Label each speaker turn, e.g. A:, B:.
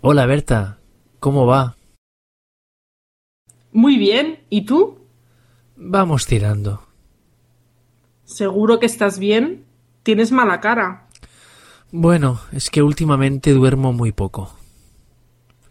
A: Hola Berta, ¿cómo va?
B: Muy bien, ¿y tú?
A: Vamos tirando.
B: ¿Seguro que estás bien? Tienes mala cara.
A: Bueno, es que últimamente duermo muy poco.